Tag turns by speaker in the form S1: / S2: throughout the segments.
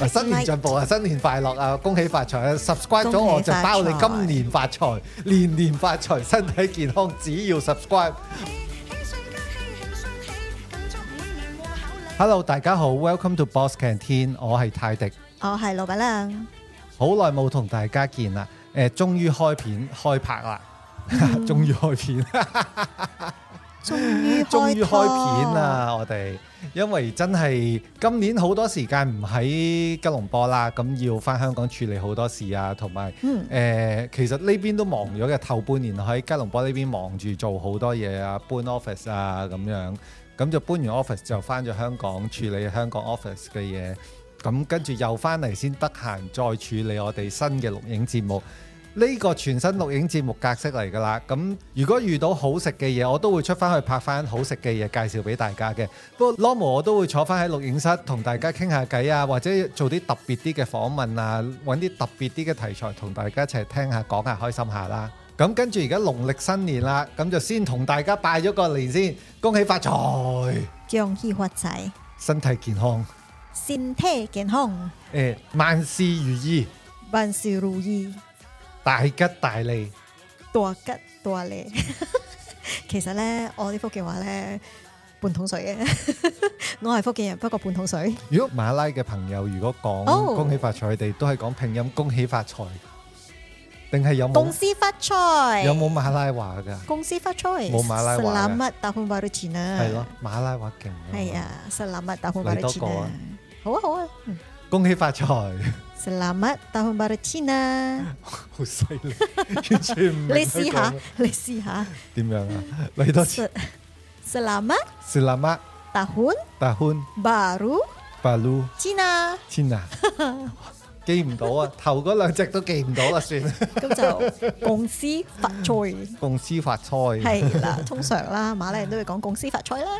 S1: 嗱新年進步啊，新年快樂啊，恭喜發財啊！subscribe 咗我就包你今年發財，年年發財，身體健康，只要 subscribe。Hello，大家好，Welcome to Boss Canteen，我係泰迪，
S2: 我係老闆娘，
S1: 好耐冇同大家見啦，誒、呃，終於開片開拍啦， 終於開片。
S2: 終於
S1: 終於開片啊
S2: 啦！
S1: 啦！我哋因為真係今年好多時間唔喺吉隆坡啦，咁要翻香港處理好多事啊，同埋
S2: 嗯
S1: 誒其實呢邊都忙咗嘅，頭半年喺吉隆坡呢邊忙住做好多嘢啊，搬 office 啊咁樣，咁就搬完 office 就翻咗香港處理香港 office 嘅嘢，咁跟住又翻嚟先得閒再處理我哋新嘅錄影節目。呢個全新錄影節目格式嚟㗎啦，咁如果遇到好食嘅嘢，我都會出翻去拍翻好食嘅嘢介紹俾大家嘅。不過 normal 我都會坐翻喺錄影室同大家傾下偈啊，或者做啲特別啲嘅訪問啊，揾啲特別啲嘅題材同大家一齊聽下講下開心下啦。咁跟住而家農曆新年啦，咁就先同大家拜咗個年先，恭喜發財，
S2: 恭喜發財，
S1: 身體健康，
S2: 身體健康，
S1: 誒、萬事如意，
S2: 萬事如意，
S1: 大吉大利。
S2: 大吉大 利。其實咧，我啲福建話咧半桶水 嘅，我係福建人，不過半桶水。
S1: 如果馬拉嘅朋友如果講
S2: 哦
S1: 恭喜發財，佢哋都係講拼音恭喜發財，定係有
S2: 公
S1: 冇
S2: 司發財，
S1: 有冇馬拉話㗎？
S2: 公司發財？
S1: 冇馬拉話嘅
S2: Selamat tahun baru Cina。
S1: 係咯，，馬拉話勁啊
S2: 係啊，Selamat tahun
S1: 嚟
S2: baru
S1: 多個
S2: Cina
S1: 啊。
S2: 好啊好啊嗯
S1: 恭喜發財，
S2: ，Selamat tahun baru Cina。
S1: 好犀 利，完全唔明
S2: 你試下
S1: 佢講，
S2: 你試下。
S1: 點樣啊？嚟多次，
S2: Selamat
S1: 是喇媽
S2: tahun
S1: 大歡
S2: baru
S1: 巴魯
S2: Cina。
S1: 天啊，記唔到啊！頭嗰兩隻都記唔到啦，算 啦。
S2: 咁就共司發財。
S1: 公司發財。
S2: 係啦，通常啦，馬來人都會講共司發財啦。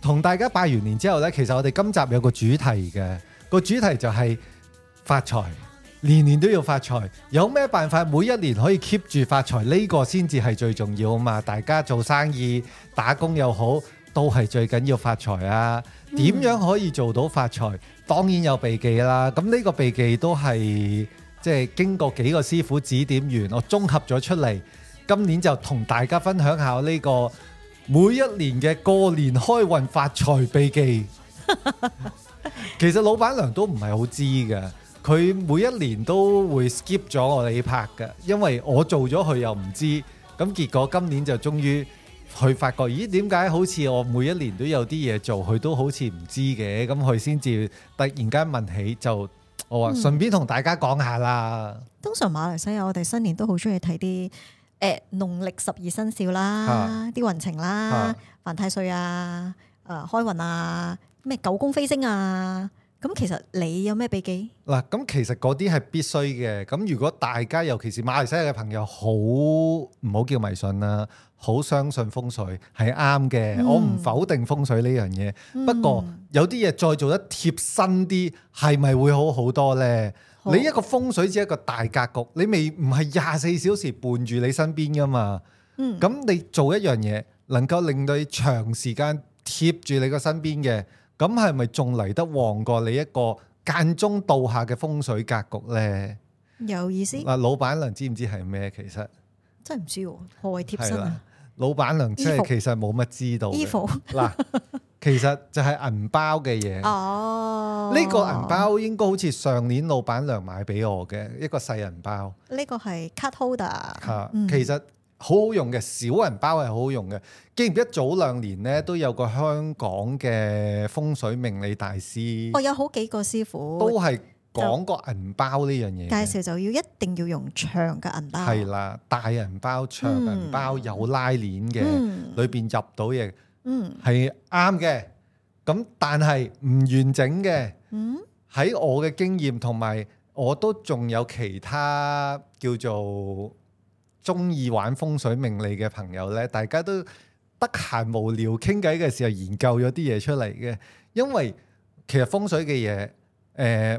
S1: 同大家拜完年之後呢，其實我哋今集有個主題嘅，個主題就係發財，年年都要發財。有咩辦法每一年可以 keep 住發財？呢、個先至係最重要啊嘛！大家做生意、打工又好，都係最緊要發財啊！點樣可以做到發財？當然有秘技啦。咁呢個秘技都係即係經過幾個師傅指點完，我綜合咗出嚟。今年就同大家分享下呢個每一年嘅過年開運發財秘技。其實老闆娘都唔係好知嘅，佢每一年都會 skip 咗我哋呢 part 嘅，因為我做咗佢又唔知，咁結果今年就終於佢發覺，咦點解好似我每一年都有啲嘢做，佢都好似唔知嘅，咁佢先至突然間問起，就我話順便同大家講下啦，
S2: 通常馬來西亞我哋新年都好中意睇啲誒農曆十二生肖啦
S1: 啊，
S2: 啲運程啦
S1: 啊，
S2: 犯太歲啊，誒開運啊，咩九宮飛星啊。咁其實你有咩秘技？
S1: 嗱，咁其實嗰啲係必須嘅。咁如果大家尤其是馬來西亞嘅朋友，好唔好叫迷信啦，好相信風水係啱嘅。
S2: 嗯
S1: 我唔否定風水呢樣嘢，不過有啲嘢再做得貼身啲，係咪會好好多呢？
S2: 好
S1: 你一個風水只係一個大格局，你未唔係廿四小時伴住你身邊噶嘛？
S2: 嗯
S1: 咁你做一樣嘢，能夠令到你長時間貼住你個身邊嘅，咁係咪仲嚟得旺過你一個間中到下嘅風水格局呢？啊
S2: 有意思，
S1: 嗱，老闆娘知唔知係咩？其實
S2: 真係唔知喎，何謂貼
S1: 係
S2: 身
S1: 啦
S2: 啊？，
S1: 老闆娘即
S2: 衣服
S1: 係其實冇乜知道嘅
S2: 衣 服
S1: 嗱，其實就係銀包 嘅嘢。
S2: 哦，
S1: 呢個銀包應該好似上年老闆娘買俾我嘅一個細銀包。
S2: 呢個係 card holder，
S1: 嚇，
S2: 嗯
S1: 啊其實好好用嘅，小銀包係好好用嘅。記唔記得早兩年呢都有個香港嘅風水命理大師
S2: 我，哦有好幾個師傅
S1: 都係講過銀包呢樣嘢
S2: 介
S1: 嘅。
S2: 紹就要一定要用長嘅銀包，
S1: 係啦，大銀包、長銀包、有拉鏈嘅，
S2: 嗯
S1: 裏邊入到嘢
S2: 嗯
S1: 係啱嘅。咁但係唔完整嘅。
S2: 嗯
S1: 喺我嘅經驗同埋，我都仲有其他叫做中意玩風水命理嘅朋友呢，大家都得閒無聊傾偈嘅時候研究咗啲嘢出嚟嘅，因為其實風水嘅嘢，誒、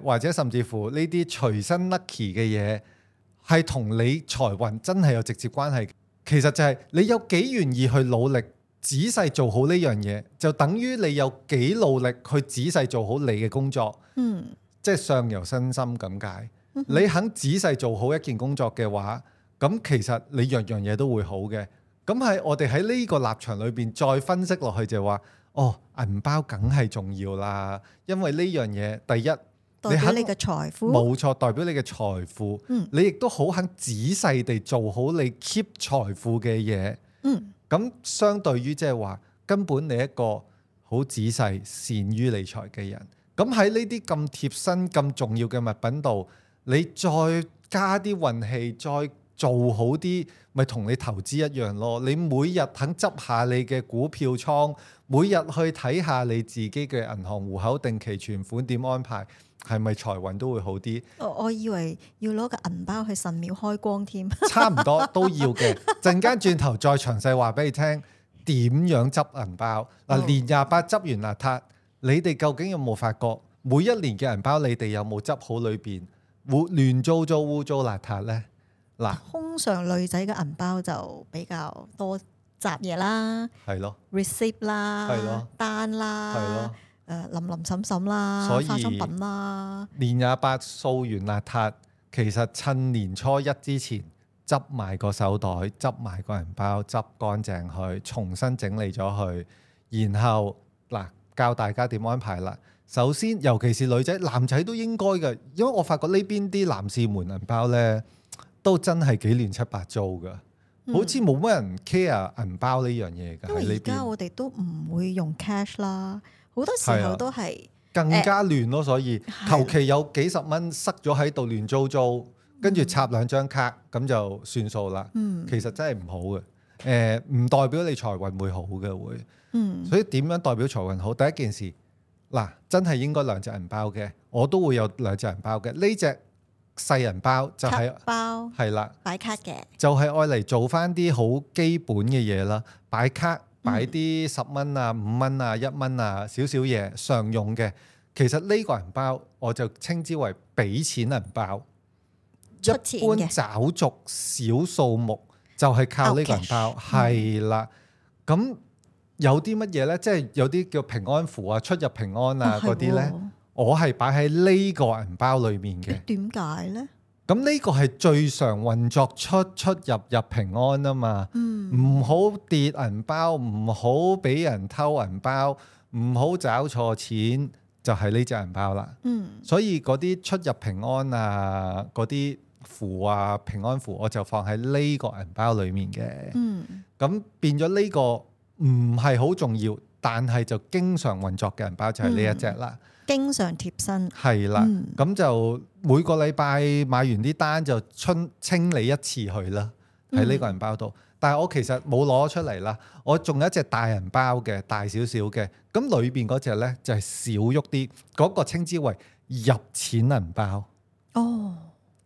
S1: 或者甚至乎呢啲隨身 lucky 嘅嘢，係同你財運真係有直接關係嘅。其實就係你有幾願意去努力，仔細做好呢樣嘢，就等於你有幾努力去仔細做好你嘅工作。
S2: 嗯，
S1: 即係上游身心咁解。你肯仔細做好一件工作嘅話，咁其實你樣樣嘢都會好嘅。咁係我哋喺呢個立場裏邊再分析落去就係話，哦，銀包梗係重要啦，因為呢樣嘢第一。
S2: 代
S1: 你
S2: 表
S1: 肯
S2: 你嘅財富，
S1: 冇錯，代表你嘅財富，
S2: 嗯
S1: 你亦都好肯仔細地做好你 keep 財富嘅嘢。
S2: 嗯，
S1: 咁相對於即係話，根本你一個好仔細、善於理財嘅人，咁喺呢啲咁貼身、咁重要嘅物品度，你再加啲運氣，再做好啲，咪同你投資一樣咯。你每日肯執下你嘅股票倉，每日去睇下你自己嘅銀行户口定期存款點安排，係咪財運都會好啲？
S2: 我我以為要攞個銀包去神廟開光添，
S1: 差唔多都要嘅。陣間轉頭再詳細話俾你聽點樣執銀包。嗱，
S2: 嗯
S1: 年廿八執完邋遢，你哋究竟有冇發覺每一年嘅銀包你哋有冇執好裏邊會亂糟糟、污糟邋遢呢？嗱，
S2: 通常女仔嘅銀包就比較多雜嘢啦
S1: 係咯，
S2: ，receipt 啦，
S1: 係咯
S2: 單啦，
S1: 係咯。
S2: 誒林林沈沈啦，
S1: 所以
S2: 化妝品啦，
S1: 年廿八掃完邋遢，其實趁年初一之前執埋個手袋、執埋個銀包、執乾淨佢，重新整理咗佢，然後嗱教大家點安排啦。首先，尤其是女仔，男仔都應該嘅，因為我發覺呢邊啲男士們銀包呢，都真係幾亂七八糟噶，
S2: 嗯
S1: 好似冇乜人 care 銀包呢樣嘢㗎
S2: 因
S1: 喺
S2: 為而
S1: 呢
S2: 家
S1: 邊，
S2: 我哋都唔會用 cash 啦，好多時
S1: 係啊
S2: 候都係
S1: 更加亂咯。所以
S2: 係
S1: 求其有幾十蚊塞咗喺度亂糟糟，跟住插兩張卡咁就算數啦。
S2: 嗯
S1: 其實真係唔好嘅。誒、唔代表你財運會好嘅會，
S2: 嗯
S1: 所以點樣代表財運好？第一件事，嗱，真係應該兩隻銀包嘅，我都會有兩隻銀包嘅。呢隻細銀包就係
S2: 卡包
S1: 係啦，
S2: 擺卡嘅，
S1: 就係愛嚟做翻啲好基本嘅嘢啦，擺
S2: 嗯
S1: 卡擺啲十蚊啊、五蚊啊、一蚊啊少少嘢常用嘅。其實呢個銀包我就稱之為俾錢銀包，一
S2: 出錢
S1: 般
S2: 嘅
S1: 找續小數目就係靠呢個銀包，
S2: Out cash，嗯
S1: 係啦。咁有啲乜嘢呢？即係有啲叫平安符啊、出入平安啊
S2: 啊係
S1: 嗰啲呢，
S2: 喎
S1: 我係擺喺呢個銀包裡面嘅。
S2: 點解咧？
S1: 咁呢個係最常運作出出入入平安啊嘛，
S2: 嗯
S1: 唔好跌銀包，唔好俾人偷銀包，唔好找錯錢，就係呢只銀包啦。
S2: 嗯
S1: 所以嗰啲出入平安啊，嗰啲符啊、平安符，我就放喺呢個銀包裡面嘅。
S2: 嗯
S1: 咁變咗呢個唔係好重要，但係就經常運作嘅銀包就係呢一隻啦。
S2: 經常貼身，
S1: 係啦
S2: 嗯，
S1: 咁、就每個禮拜買完啲單就清清理一次佢啦，
S2: 嗯
S1: 喺呢個銀包度。但係我其實冇攞出嚟啦，我仲有一隻大銀包嘅，大少少嘅。咁裏邊嗰只呢，就係、少喐啲，嗰、個稱之為入錢銀包，
S2: 哦，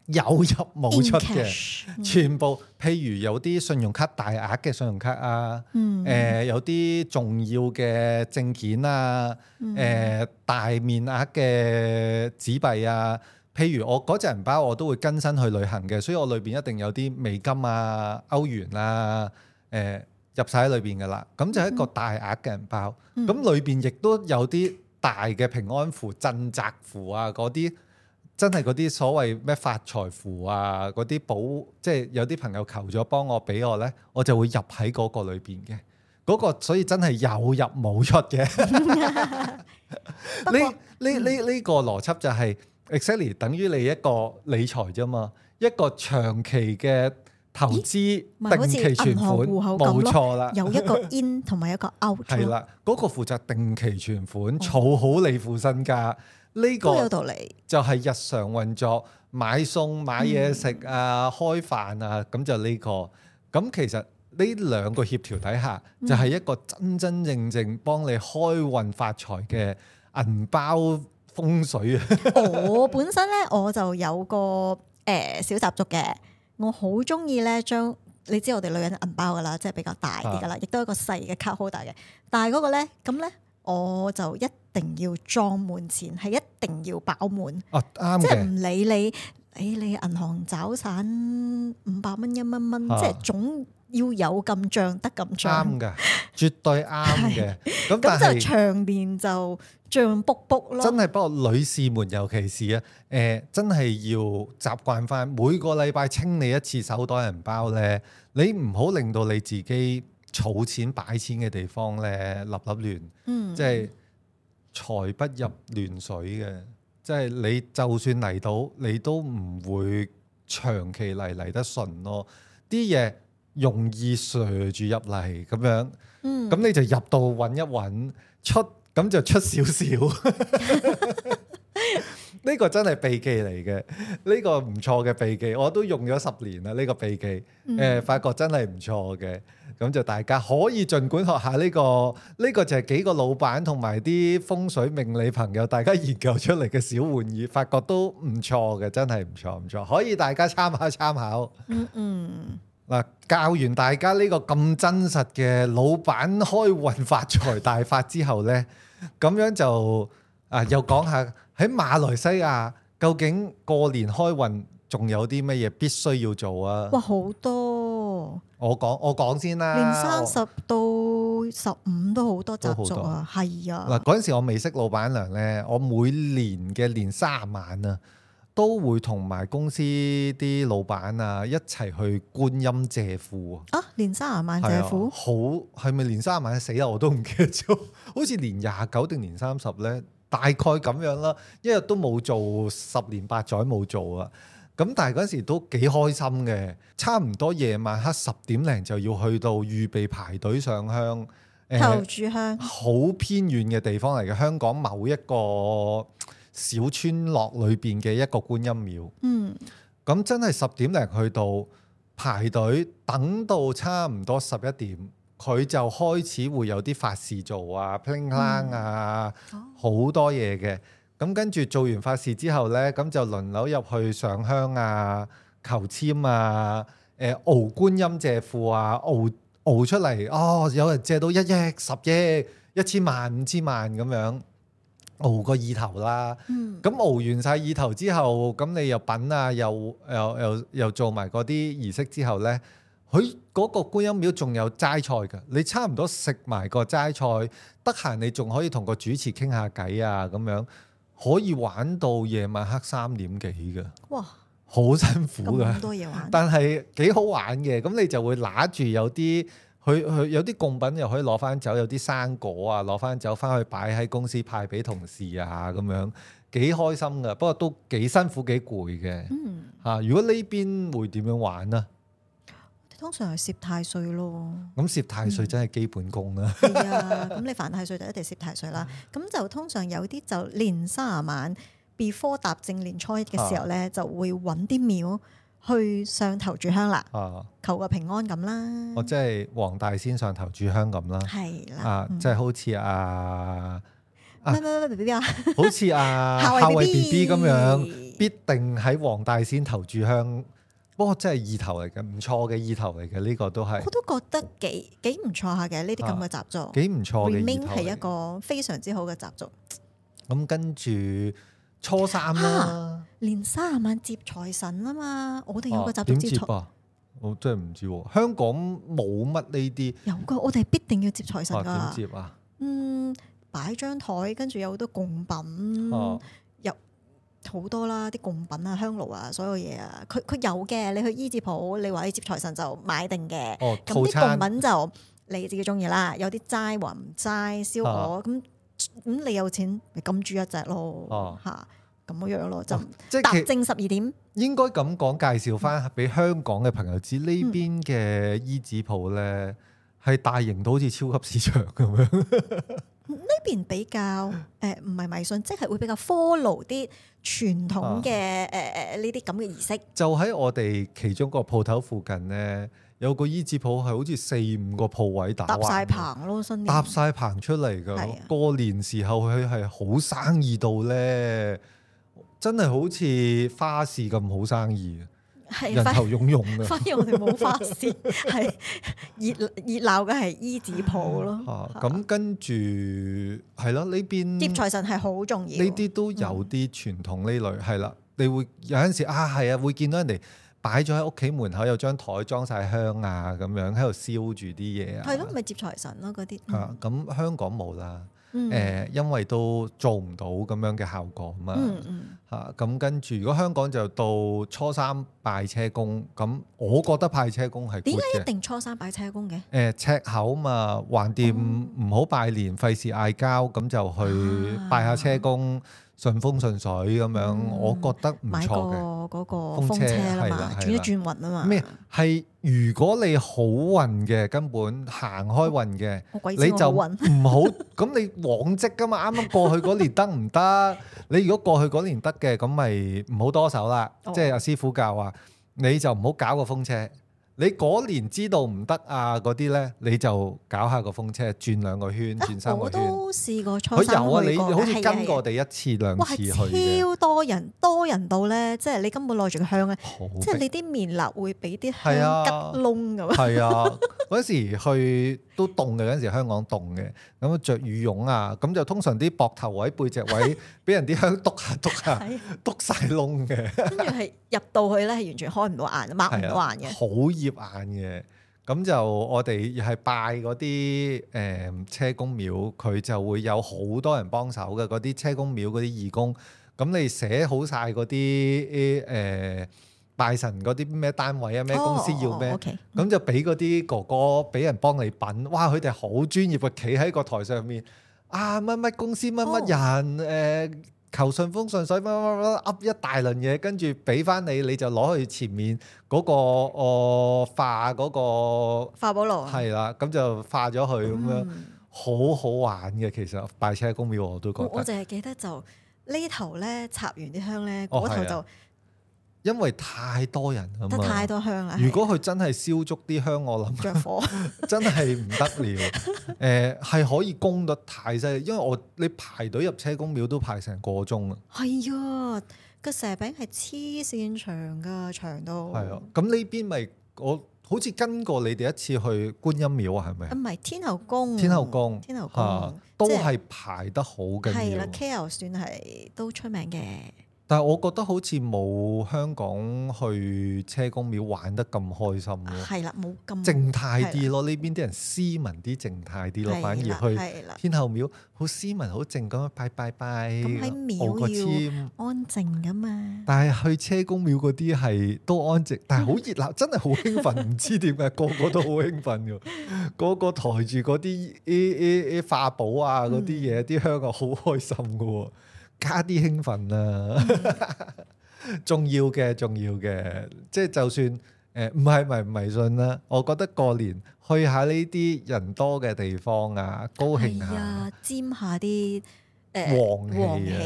S1: 有入冇
S2: in
S1: 出嘅，
S2: cash，嗯
S1: 全部譬如有啲信用卡大額嘅信用卡啊。誒、
S2: 嗯
S1: 有啲重要嘅證件啊，誒、大面額嘅紙幣啊，譬如我嗰隻銀包我都會更新去旅行嘅，所以我裏邊一定有啲美金啊、歐元啊，誒、入晒喺裏邊噶啦。咁就係一個大額嘅銀包，咁裏邊亦都有啲大嘅平安符、鎮宅符啊嗰啲。真係嗰啲所謂咩發財符啊，嗰啲保即係有啲朋友求咗幫我俾我呢，我就會入喺嗰個裏邊嘅。嗰、個所以真係有入冇出 嘅。
S2: 不過嗯
S1: 呢呢呢呢個邏輯就係 exactly 等於你一個理財啫嘛，一個長期嘅投資
S2: 咪好
S1: 定
S2: 似
S1: 期存
S2: 銀行
S1: 款，
S2: 戶口咁
S1: 冇錯啦，
S2: 有一 個 in 同埋一個 out，
S1: 係啦，嗰、個負責定期存款，儲好你副身家，呢、
S2: 哦都有
S1: 個
S2: 道理。
S1: 就係日常運作，買餸、買
S2: 嗯
S1: 嘢食啊、開飯啊，咁就呢、個。咁其實呢兩個協調底下，
S2: 嗯
S1: 就係一個真真正正幫你開運發財嘅銀包風水啊！
S2: 我本身咧我就有個誒、呃小習俗嘅，我好中意咧將你知我哋女人銀包噶啦，即係比較大啲
S1: 啊
S2: 噶啦，亦都有一個細嘅卡 holder 嘅，但係嗰個咧咁咧我就一定要裝滿錢，係一定要飽滿，
S1: 哦，啱
S2: 即係
S1: 嘅，
S2: 唔理你誒、誒你銀行找散五百蚊一蚊蚊，
S1: 啊
S2: 即係總要有咁漲得咁漲，
S1: 啱嘅，絕對啱嘅。咁但
S2: 咁就
S1: 係
S2: 長年就漲卜卜
S1: 真
S2: 咯。
S1: 係不過女士們，尤其是啊，誒真係要習慣翻每個禮拜清理一次手袋銀包咧，你唔好令到你自己儲錢擺錢嘅地方咧立立亂。
S2: 嗯，
S1: 即係財不入亂水嘅，即係你就算嚟到，你都唔會長期嚟嚟得順咯。啲嘢容易射住入嚟咁樣，
S2: 嗯
S1: 咁你就入到揾一揾出，咁就出少少。呢個真係秘技嚟嘅，呢、個唔錯嘅秘技，我都用咗十年啦。呢、個秘技，誒、發覺真係唔錯嘅。咁就大家可以盡管學下呢、個，呢、個就係幾個老闆同埋啲風水命理朋友大家研究出嚟嘅小玩意，發覺都唔錯嘅，真係唔錯唔錯，可以大家參考參考。
S2: 嗯嗯，
S1: 嗱，教完大家呢個咁真實嘅老闆開運發財大法之後呢， 咁樣就啊又講下喺馬來西亞究竟過年開運仲有啲乜嘢必須要做啊？
S2: 哇好多，
S1: 我講我講先啦，
S2: 連三十到十五都好多習俗
S1: 都好
S2: 啊，係
S1: 嗱
S2: 啊，
S1: 嗰陣時我未識老闆娘呢，我每年嘅年卅晚啊，都會同埋公司啲老闆啊一齊去觀音借庫啊。
S2: 啊連三十萬
S1: 係
S2: 謝
S1: 啊
S2: 苦，
S1: 好係咪年三十晚死啦？我都唔記得咗， 好似年廿九定年三十咧，大概咁樣啦。一日都冇做，十年八載冇做啊。咁但係嗰陣時都幾開心嘅，差唔多夜晚黑十點零就要去到預備排隊上香。誒、
S2: 頭炷香，
S1: 好偏遠嘅地方嚟嘅，香港某一個小村落裏邊嘅一個觀音廟。
S2: 嗯
S1: 咁真係十點零去到排隊，等到差唔多十一點，佢就開始會有啲法事做啊，pling lang 啊，好、多嘢嘅。咁跟住做完法事之後呢，咁就輪流入去上香啊、求籤啊、誒、熬觀音借庫啊、熬熬出嚟，哦，有人借到一億、十億、一千萬、五千萬咁樣，熬個意頭啦。
S2: 嗯
S1: 咁熬完晒意頭之後，咁你又品啊，又又又又做埋嗰啲儀式之後呢，佢嗰個觀音廟仲有齋菜㗎，你差唔多食埋個齋菜，得閒你仲可以同個主持傾下偈啊，咁樣可以玩到夜晚黑三點幾㗎，
S2: 哇
S1: 好辛苦㗎
S2: 咁。多嘢玩，
S1: 但係幾好玩嘅，咁你就會揦住有啲佢佢有啲贡品又可以攞翻走，有啲生果啊攞翻走翻去擺喺公司派俾同事啊咁樣，幾開心噶。不過都幾辛苦幾攰嘅
S2: 嗯。
S1: 嚇。如果呢邊會點樣玩啊？
S2: 通常係攝太歲咯，
S1: 咁攝太歲真係基本功啦。
S2: 係啊，咁你犯太歲就一定攝太歲啦。咁就通常有啲就年卅晚 before 踏正年初一嘅時候咧，就會揾啲廟去上頭炷香啦，
S1: 啊！
S2: 求個平安咁
S1: 我
S2: 啦，
S1: 即係黃大仙上頭炷香咁啦。
S2: 係啦嗯
S1: 啊，，即係好似啊，啊
S2: 咩咩咩 B B 啊，
S1: 好似 啊
S2: 夏
S1: 夏
S2: 威
S1: 威 B
S2: BB
S1: B 咁樣。必定喺黃大仙頭炷香。不過真係意頭嚟嘅，唔錯嘅意頭嚟嘅，呢、個都係啊
S2: 我都覺得幾幾唔錯下嘅呢啲咁嘅習俗。
S1: 幾唔錯嘅意
S2: Remain
S1: 頭啊
S2: 係
S1: 嚟嘅。
S2: 一個非常之好嘅習俗，
S1: 咁跟住初三啦，
S2: 年卅晚接財神啊嘛，我哋有啊個
S1: 啊
S2: 習
S1: 點
S2: 俗接
S1: 接
S2: 財。
S1: 啊？我真係唔知喎，香港冇乜呢啲
S2: 有噶，我哋必定要接財神噶。
S1: 啊點接啊？
S2: 嗯，擺張台，跟住有好多贡品，
S1: 哦，
S2: 好多啦，啲贡品啊、香爐啊、所有嘢啊，佢佢有嘅。你去衣字鋪，你話你接財神就買定嘅。
S1: 哦，
S2: 咁
S1: 套
S2: 啲
S1: 餐
S2: 贡品就你自己中意啦，有啲齋還唔齋燒
S1: 啊
S2: 鵝咁。咁你有錢咪金豬一隻咯
S1: 哦，
S2: 嚇咁樣咯，就
S1: 即
S2: 踏
S1: 係其
S2: 正十二點，
S1: 應該咁講，介紹
S2: 嗯
S1: 翻俾香港嘅朋友知，呢邊嘅衣紙鋪咧係大型到好似超級市場咁樣。
S2: 呢邊比 較誒唔係迷信，即係會比較 follow 啲傳
S1: 啊
S2: 統嘅誒誒呢啲咁嘅儀式。
S1: 就喺我哋其中個鋪頭附近呢，有個衣紙鋪係好似四五個鋪位打
S2: 搭
S1: 橫
S2: 晒
S1: 嘅，
S2: 棚咯，新年
S1: 搭晒棚出嚟
S2: 係
S1: 㗎
S2: 啊。
S1: 過年時候佢係好生意到呢，真係好似花市咁好生意，
S2: 係
S1: 人
S2: 反
S1: 頭湧湧 嘅。
S2: 反而我哋冇花市，係 熱熱鬧嘅係衣紙鋪咯。
S1: 啊，咁跟住係咯，呢邊
S2: 接財神係好重要。嗯
S1: 呢啲都有啲傳統呢類係啦。你會有陣時啊，係啊，會見到人哋擺咗喺屋企門口有張台裝晒香啊，咁樣喺度燒住啲嘢啊。
S2: 係咯，咪接財神咯嗰啲。
S1: 啊，咁香港冇啦。誒、啊
S2: 嗯，
S1: 因為都做唔到咁樣嘅效果嘛。
S2: 嗯嗯，
S1: 嚇咁跟住，如果香港就到初三拜車公，咁我覺得拜車公係
S2: 點
S1: 闊
S2: 解一
S1: 嘅。
S2: 定初三擺車公嘅？
S1: 誒、赤口嘛，橫掂唔好拜年，費事嗌交，咁就去
S2: 哦啊
S1: 拜下車公，順風順水咁樣，
S2: 嗯
S1: 我覺得唔
S2: 買
S1: 錯嘅。
S2: 過啊嗰個
S1: 風
S2: 風
S1: 車
S2: 車啦
S1: 係
S2: 嘛
S1: 啦，係
S2: 轉一
S1: 啦
S2: 轉運啊嘛。
S1: 咩？係如果你好運嘅，根本行開運嘅。
S2: 我鬼知
S1: 你
S2: 我
S1: 就唔
S2: 好運
S1: 好咁你往績噶嘛，啱啱過去嗰年得唔得？你如果過去嗰年得嘅，咁咪唔好多手啦。
S2: 哦
S1: 即係阿師傅教話，你就唔好搞個風車。你嗰年知道唔得啊嗰啲呢，你就搞下個風車，轉兩個圈，轉
S2: 啊
S1: 三個
S2: 我
S1: 圈。
S2: 都試過初
S1: 佢
S2: 三
S1: 有啊，
S2: 去
S1: 你
S2: 過
S1: 好
S2: 係
S1: 似
S2: 啊
S1: 跟
S2: 係啊
S1: 過我哋一次兩
S2: 哇，
S1: 次去
S2: 係
S1: 嘅，
S2: 超多人，多人到咧，即係你根本攞住個香咧，
S1: 好
S2: 即係
S1: 逼
S2: 你啲棉蠟會俾啲香
S1: 係啊
S2: 吉窿咁啊！
S1: 係啊，嗰陣時去都凍嘅，嗰陣時香港凍嘅，咁啊着羽絨啊，咁就通常啲膊頭位、背脊 位俾人啲香篤下篤下，
S2: 係
S1: 篤晒窿嘅，
S2: 跟住係入到去咧，係完全開唔到眼，擘唔
S1: 係
S2: 到
S1: 啊
S2: 眼，嘅。
S1: 好醃眼嘅。咁就我哋係拜嗰啲誒嗯車公廟，佢就會有好多人幫手嘅，嗰啲車公廟嗰啲義工。咁你寫好晒嗰啲誒拜神嗰啲咩單位啊，
S2: 哦
S1: 咩公司要咩？
S2: o k
S1: 咁就俾嗰啲哥哥俾人幫你品，哇！佢哋好專業嘅，企喺個台上面啊，乜乜公司乜
S2: 哦
S1: 乜人誒、呃求順風順水乜乜乜噏一大輪嘢，跟住俾翻你，你就攞去前面嗰、個、哦化嗰、個
S2: 化寶爐啊
S1: 係啦，咁就化咗佢咁樣，
S2: 嗯
S1: 好好玩嘅。其實拜車公廟我都覺
S2: 我我就
S1: 得，
S2: 係記得就呢頭咧插完啲香咧，
S1: 哦
S2: 嗰頭
S1: 係啊
S2: 就
S1: 因為太多人啊
S2: 得太
S1: 嘛。
S2: 多香啦。
S1: 如果
S2: 係
S1: 佢真係燒足啲香，我諗。
S2: 着火，
S1: 真係唔得了。誒、係可以供得太犀利，因為我你排隊入車公廟都排成個鐘啊。
S2: 係啊，個蛇餅係黐線長噶，長到
S1: 係啊，咁呢邊咪我好似跟過你哋一次去觀音廟啊，係咪
S2: 啊
S1: 啊？
S2: 唔係天后宮，
S1: 天後宮，
S2: 嗯天后宮
S1: 啊都係排得好緊
S2: 係啦
S1: 要。
S2: ，KL 算係都出名嘅，
S1: 但係我覺得好似冇香港去車公廟玩得咁開心咯，
S2: 係啦，冇咁
S1: 靜態啲咯。呢邊啲人斯文啲、靜態啲咯，
S2: 係
S1: 反而
S2: 啦
S1: 去
S2: 係啦，
S1: 天后廟好斯文、好靜咁樣拜拜拜，
S2: 咁喺廟
S1: 傲個
S2: 要
S1: 簽
S2: 安靜噶嘛，
S1: 但係去車公廟嗰啲係都安靜，但係好熱鬧，真係好興奮，唔知點解個個都好興奮嘅，個個抬住嗰啲啲啲啲化寶啊嗰啲嘢，啲香啊好開心嘅喎，加啲興奮啊，重要嘅重要嘅，即係就算誒唔係迷唔迷信啦，我覺得過年去下呢啲人多嘅地方啊，高興
S2: 係
S1: 下，
S2: 啊，沾下啲
S1: 旺
S2: 誒
S1: 氣啊，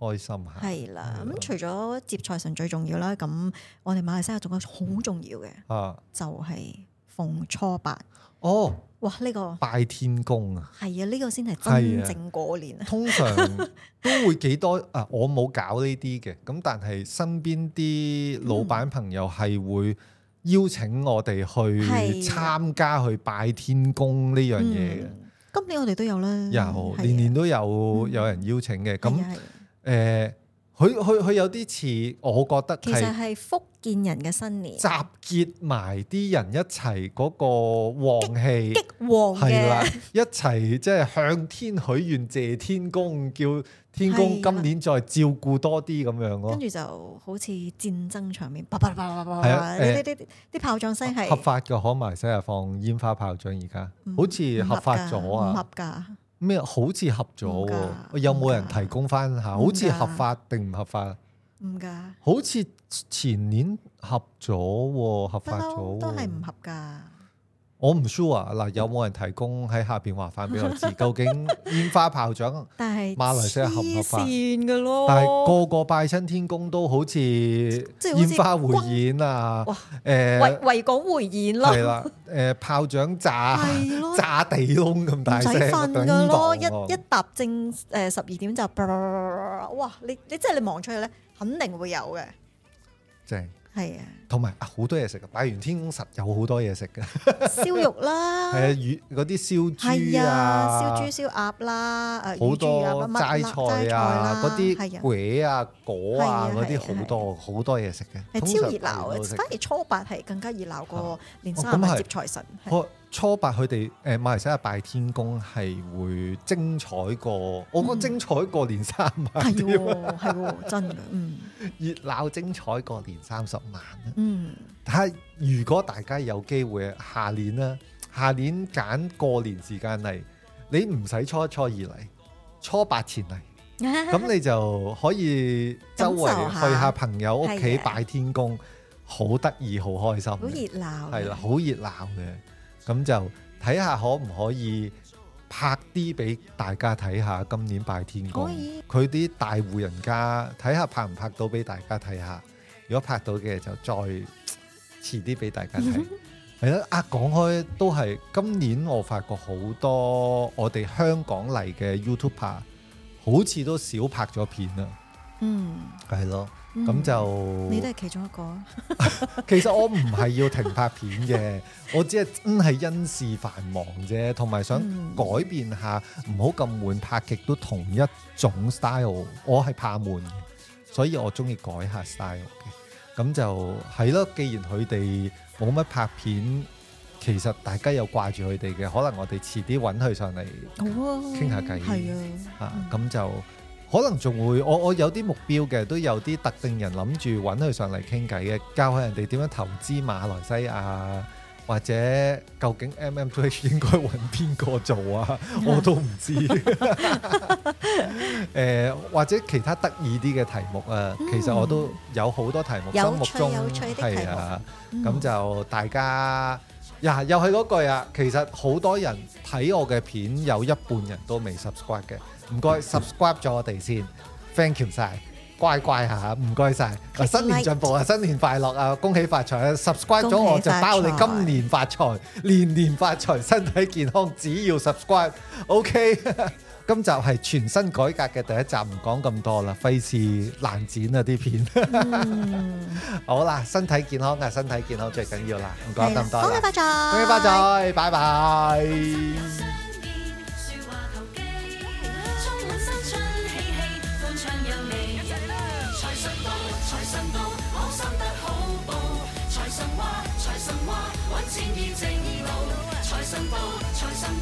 S1: 開心下，
S2: 係啦。
S1: 係咯
S2: 咁除咗接財神最重要啦，咁我哋馬來西亞仲有好重要嘅
S1: 啊，
S2: 就係逢初八，
S1: 哦，
S2: 哇！呢個
S1: 拜天公啊！
S2: 係啊，呢個先係
S1: 係
S2: 真
S1: 啊
S2: 正過年啊，
S1: 通常都會幾多啊？我冇搞呢啲嘅，咁但係身邊啲老闆朋友係會邀請我哋去
S2: 係
S1: 參加去拜天公呢樣嘢嘅，
S2: 嗯今年我哋都有啦，
S1: 有
S2: 係啊
S1: 年年都有
S2: 嗯
S1: 有人邀請嘅。咁
S2: 係啊係啊
S1: 誒，佢佢佢有啲似，我覺得
S2: 其實
S1: 係
S2: 係福建人嘅新年，
S1: 集結埋啲人一齊嗰個旺氣。
S2: 激旺
S1: 係啦
S2: 嘅。，
S1: 一齊即係向天許願，謝天公，叫天
S2: 係
S1: 公
S2: 啦
S1: 今年再照顧多啲咁樣咯
S2: 跟。住就好似戰爭場面，叭叭叭叭叭叭
S1: 係啊
S2: 叭，
S1: 誒
S2: 呢啲啲啲炮仗聲係
S1: 合法嘅可馬來西亞放煙花炮仗，而家好似合法咗
S2: 唔
S1: 啊
S2: 合？㗎，
S1: 咩好似合咗
S2: 唔
S1: 喎？
S2: 㗎
S1: 有冇
S2: 唔
S1: 人
S2: 㗎
S1: 提供翻下？
S2: 唔
S1: 好似
S2: 㗎
S1: 合法定唔合法？
S2: 唔㗎，
S1: 好似前年合咗喎，合
S2: 不
S1: 法咗
S2: 嬲都係
S1: 喎。
S2: 唔合㗎。
S1: 我唔 sure 啊嗱，有冇人提供喺下邊話翻俾我 知？究竟煙花炮仗？
S2: 但係
S1: 馬來西亞合唔合法
S2: 黐線㗎咯，
S1: 但係個個拜親天公都好似
S2: 係好似
S1: 煙花匯演啊
S2: 哇，
S1: 誒
S2: 維維港回宴咯，
S1: 係啊啦，誒炮仗炸
S2: 係咯
S1: 炸地窿咁
S2: 唔
S1: 大
S2: 使
S1: 聲，
S2: 瞓
S1: 頂
S2: 㗎咯，
S1: 檔
S2: 一一踏正誒十二點就叭叭叭叭叭叭，哇！你你即係你望出去咧，肯定會有嘅，
S1: 正
S2: 係 啊，
S1: 同埋啊好多嘢食嘅，拜完天公實有好多嘢食嘅，係
S2: 燒肉啦，
S1: 啊，魚嗰啲燒
S2: 係
S1: 豬
S2: 啊，
S1: 啊，
S2: 燒豬、燒鴨啦，誒
S1: 好
S2: 魚
S1: 多
S2: 豬啊鴨啦乜
S1: 齋菜啊，
S2: 啦
S1: 嗰
S2: 係
S1: 啲
S2: 啊
S1: 粿啊、果
S2: 係
S1: 啊
S2: 啊
S1: 嗰
S2: 係
S1: 啲
S2: 啊
S1: 好多好多嘢食嘅，
S2: 係
S1: 通
S2: 超
S1: 常
S2: 熱
S1: 拜完
S2: 鬧啊
S1: 都
S2: 嘅，
S1: 食
S2: 反而初八係更加熱鬧過年
S1: 哦
S2: 三十
S1: 咁係哦
S2: 晚接財神。係
S1: 初初八佢哋誒馬來西亞拜天公係會精彩過，我覺得精彩過年三晚
S2: 嗯 係
S1: 添，
S2: 喎，係喎，真嘅，嗯
S1: 熱鬧精彩過年三十晚。
S2: 嗯，
S1: 睇下如果大家有機會下年啦，下年揀過年時間嚟，你唔使初一初二嚟，初八前 嚟，咁你就可以周圍
S2: 感受下
S1: 去下朋友屋企
S2: 係嘅
S1: 拜天公，好得意，好開心嘅。
S2: 好熱鬧啊嘅，
S1: 係啦，好熱鬧嘅，咁就睇下可唔可以拍啲俾大家睇下今年拜天公
S2: 可以，
S1: 佢啲大户人家睇下拍唔拍到俾大家睇下，如果拍到嘅就再遲啲俾大家
S2: 嗯
S1: 睇。係啦，啊講開都係今年我發覺好多我哋香港嚟嘅 YouTuber 好似都少拍咗片啦，
S2: 嗯，
S1: 係咯，
S2: 嗯
S1: 咁就
S2: 你都係其中一個啊，
S1: 其實我唔係要停拍片 嘅，我只係真係因事繁忙啫，同埋想
S2: 嗯
S1: 改變下，唔好咁悶拍極都同一種 style。我係怕悶嘅，所以我中意改下 style 嘅。咁就係咯，既然佢哋冇乜拍片，其實大家又掛住佢哋嘅，可能我哋遲啲揾佢上嚟
S2: 好啊，
S1: 傾下偈
S2: 係
S1: 啊
S2: 啊，，
S1: 咁就可能仲會，我我有啲目標嘅，都有啲特定人諗住揾佢上嚟傾偈嘅，教下人哋點樣投資馬來西亞，或者究竟 MM2H 應該揾邊個做啊？我都唔知。 誒、或者其他得意啲嘅題目啊，其實我都有好多題目，
S2: 有
S1: 心目
S2: 趣
S1: 中
S2: 有趣的題
S1: 係
S2: 目
S1: 啊。
S2: 嗯
S1: 咁就大家呀，又係嗰句啊，其實好多人睇我嘅片，有一半人都未 subscribe 嘅，唔該 subscribe 咗我哋先，thank you 晒，乖乖下，唔該晒，
S2: Click
S1: 新年
S2: like
S1: 進步啊，新年快樂啊，恭喜發財啊，subscribe 咗我
S2: 恭
S1: 就
S2: 喜發財
S1: 包你今年發財，年年發財，身體健康，只要 subscribe，OK、今集係全新改革嘅第一集，唔講咁多啦，費事難剪啊啲片。好啦，身體健康啊，身體健康最緊要啦，唔講咁多
S2: 恭喜
S1: 啦，
S2: 發財，
S1: 恭喜發。財，拜拜。
S3: 相見，説話投機，充滿新春喜氣，歡唱有你。財神到，財神到，好心得好報。財神話，財神話，揾錢要正路。財神到，財神